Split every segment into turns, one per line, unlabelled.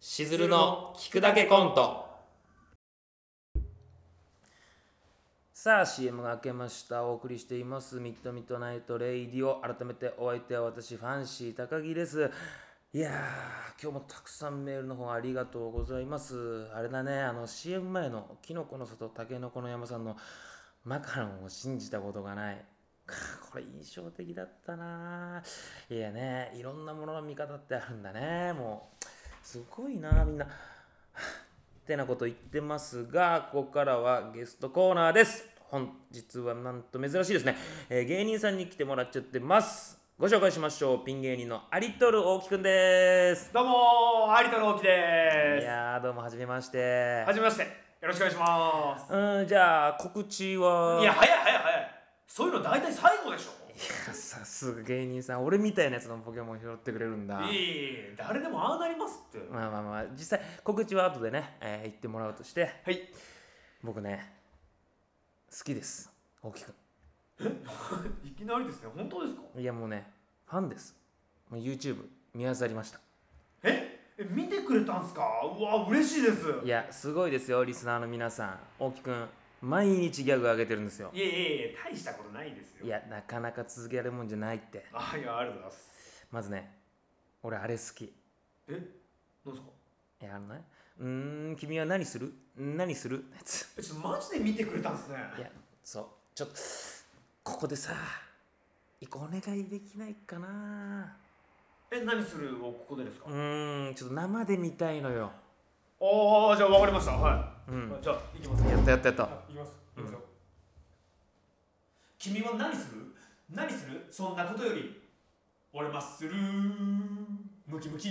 しずるの聞くだけコントさあ CM が明けましたお送りしていますミッドミッドナイトレイディオ改めてお相手は私ファンシー高木ですいやー今日もたくさんメールの方ありがとうございますあれだねあの CM 前のキノコの里タケノコの山さんのマカロンを信じたことがないかこれ印象的だったないやねいろんなものの見方ってあるんだねもうすごいなみんなってなこと言ってますがここからはゲストコーナーです本日はなんと珍しいですね、えー芸人さんに来てもらっちゃってますご紹介しましょうピン芸人のアリトル大木くんです
どうもー、有田の大木
い
です。
やーどうもはじめまして
はじめまして、よろしくお願いしま
うんじゃあ告知は
す。いや、早い早い早い。そういうの大体最後でしょ。
いやさすが芸人さん俺みたいなやつのポケモン拾ってくれるんだ
いいいい、誰でもああなりますって。は
まあまあまあ実際告知は後でね、えー言ってもらうとして
い。
僕ね好きです大木く
いきなりですね、本当ですか
んいやもうねファンですもう YouTube 見漁りました
ええ見てくれたんすかうわ、嬉しいです。
いやすごいですよリスナーの皆さん大木くん毎日ギャグ上げてるんですよ
いやいやいや、大したことないですよ。
いやなかなか続けられるもんじゃないって
あ、いや、ありがとうございます。
まずね俺あれ好き
えなんですか
いやあのねうーん君は何する何するやつ
え、ちょっとマジで見てくれたんですね。
いやそうちょっとここでさ一個お願いできないかな
え、何するをここでですか
うーんちょっと生で見たいのよ
ああ、じゃあ分かりました。はい。
うん
じゃあ、行きます。
やったやったやった
いきます。いきますよ。君は何する何するそんなことより、俺マッスルムキムキ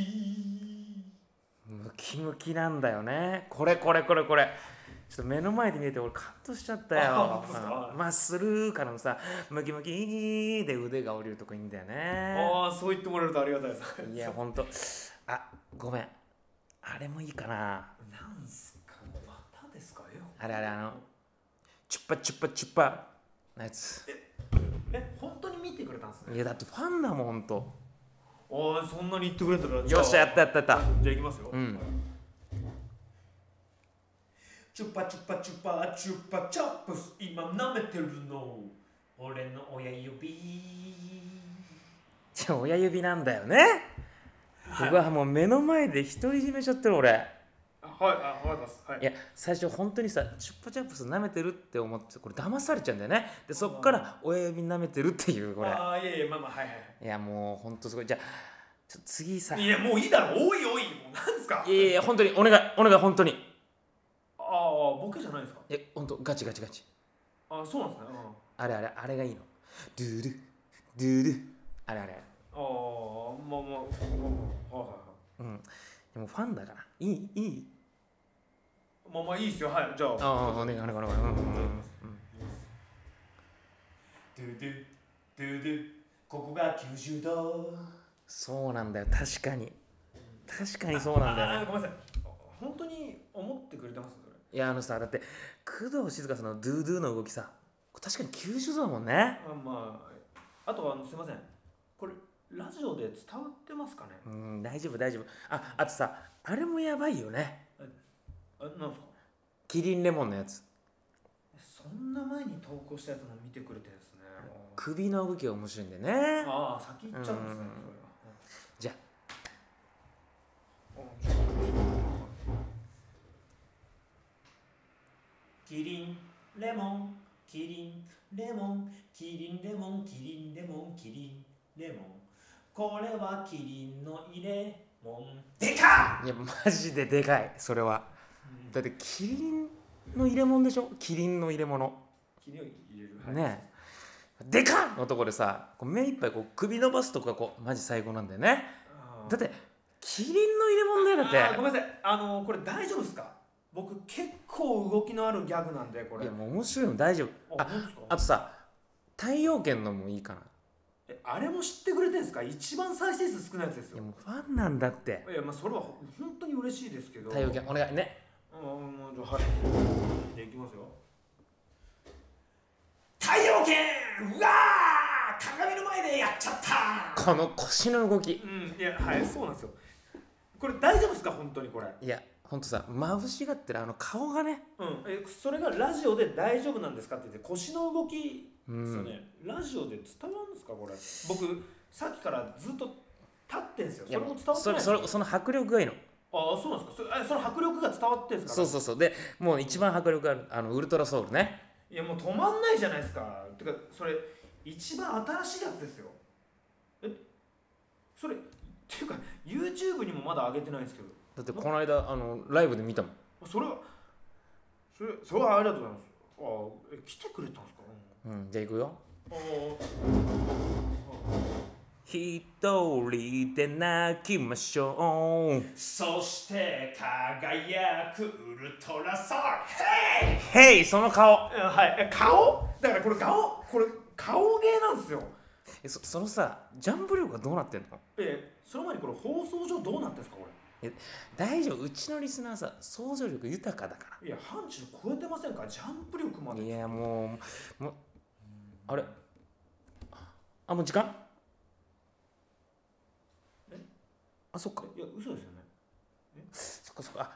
ムキムキなんだよねこれこれこれこれちょっと目の前で見えて俺感動しちゃった
あ
よ
本当ですか
うんマッスルーからのさムキムキで腕が降りるとこいいんだよね
ああ、そう言ってもらえるとありがたいです。
いやほんとあごめんあれもいいかな
なんすかまたですかよ。
あれあれあのチュッパチュッパチュッパのやつ
え、本当に見てくれたんですね。
いやだってファンだもんほんと
ああ、そんなに言ってくれたら。。
よっしゃやったたやったやった
じゃあ行きますよ。
うん
チュッパチュッパチュッパチュッパチャップス今舐めてるの俺の親指
じゃあ親指なんだよねうわもう目の前で独り占めしちゃってる俺
あはいあわかりますはい
いや最初本当にさチュッパチャップス舐めてるって思ってこれ騙されちゃうんだよねでそっから親指舐めてるっていうこれ
ああいやいやまあまあはいはい
やもう本当すごいじゃあちょっと次さ
い
い
いやもういいだろおいおいもうなんですか
やいや本当にお願いお願い本当に
ああボケじゃないですか
え本当ガチガチガチ
あそうなんですね、うん、あ
あれあれあれがいいのドゥルドゥルあれあれあれ
あまあまあまあはいはいは
うんでもファンだからいいいい
いまあまあいいですよはいじゃあ
ああお願いお願いお願いうんうんうんうん
ドゥドゥドゥドゥここが90度
そうなんだよ確かに確かにそうなんだよね
ああごめんなさい本当に思ってくれてますそれ
いやあのさだって工藤静香さんのドゥドゥの動きさ確かに90度だもんね
あまああとはあのすいませんこれラジオで伝わってますかね
うん大丈夫大丈夫ああとさあれもやばいよね
あなんですか
キリンレモンのやつ
そんな前に投稿したやつも見てくれてるんですね
首の動きが面白いんでね
ああ先行っちゃうんですね
じゃあ
それはうんキリンレモンキリンレモンキリンレモンキリンレモンキリンレモンこれはキリンの入れもんでかっ
いやマジででかいそれはだってキリンの入れ物でしょキリンの入れ物
キリンを入れるはい
ねでかっのとこでさこう目いっぱいこう首伸ばすとこがこうマジ最高なんだよね
あー
だってキリンの入れ物だよだって
あーごめんなさいあのーこれ大丈夫ですか僕結構動きのあるギャグなんでこ
い
れ
やもう面白いの大丈夫
あ
あ
本当ですか
あとさ太陽圏のもいいかな
えあれも知ってくれてるんですか一番再生数少ないやつです
い
よ
やもうファンなんだって
いやまあそれはほ本当に嬉しいですけど
太陽圏お願いね
うんうんじゃあはいじゃあいきますよ太陽拳うわー鏡の前でやっちゃった
この腰の動き
うんいやはいそうなんですよこれ大丈夫ですか本当にこれ
いやほんとさ眩しがってるあの顔がね
うんえそれがラジオで大丈夫なんですかって言って腰の動きです
うん
よね、ラジオで伝わるんですかこれ僕さっきからずっと立ってんですよそ
い
れ
や
も伝わってない
それそれその迫力がいいの
ああそうなんですかそれえその迫力が伝わってんですか
そうそうそうでもう一番迫力あるあのウルトラソウルね
いやもう止まんないじゃないですかてかそれ一番新しいやつですよえそれっていうか YouTube にもまだ上げてないんですけど
だってこの間あのライブで見たもん
それはそれそれはありがとうございますああえ来てくれたんですか、
うんじゃあ行くよ
ああ
一人で泣きましょう
そして輝くウルトラソウル Hey!
ヘイその顔
はいえ顔だからこれ顔これ顔芸なんですよ
えそそのさジャンプ力がどうなってんの
えその前にこれ放送上どうなってんですかこ
え大丈夫うちのリスナーさ想像力豊かだか
れいや範疇超えてませんかジャンプ力ま
ら
で
いやもうもうあれあもう時間
え
あそっか
いや嘘ですよね
そっかそっかあ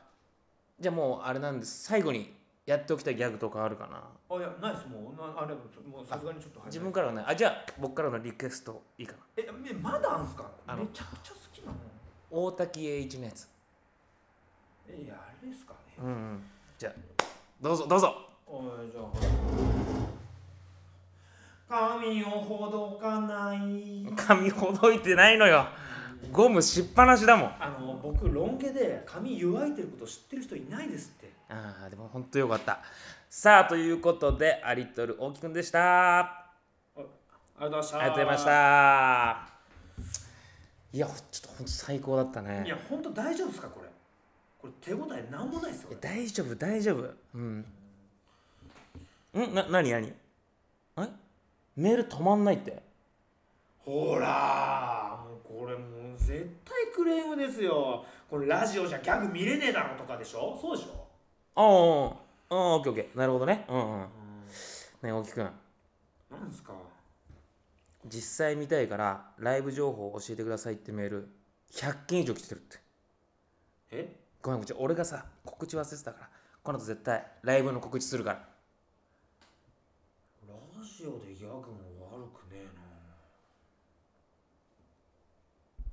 じゃあもうあれなんです最後にやっておきたいギャグとかあるかな
あいやないですもうなあれもうもうさすがにちょっと入れない
自分からはねあじゃあ僕からのリクエストいいかな
えめまだあんすか
あの
めちゃくちゃ好きなの
大滝栄一のやつ
えいやあれですかね
うん、うん、じゃあどうぞどうぞ
おいじゃあ髪をほどかない
髪ほどいてないのよゴムしっぱなしだもんあ
あの僕ロン毛で髪湯わいてること知ってる人いないですって
ーでもほんとよかったさあということでアリトル大木くんでしたあ
ありがとうございま
り
した
がとうございましたいやちょっとほんと最高だったね
いや本当大丈夫ですかこれこれ手応えなんもないですよ
いや大丈夫大丈夫うんんな何何えメール止まんないって
ほらーもうこれもう絶対クレームですよこれラジオじゃギャグ見れねえだろとかでしょそうでしょ
ああああオッケーオッケーなるほどねうんうんねえ大木くん
なんですか
実際見たいからライブ情報を教えてくださいってメール100件以上来てるって
え
ごめんごめん俺がさ告知忘れてたからこの後絶対ライブの告知するから
ラジオでギャグも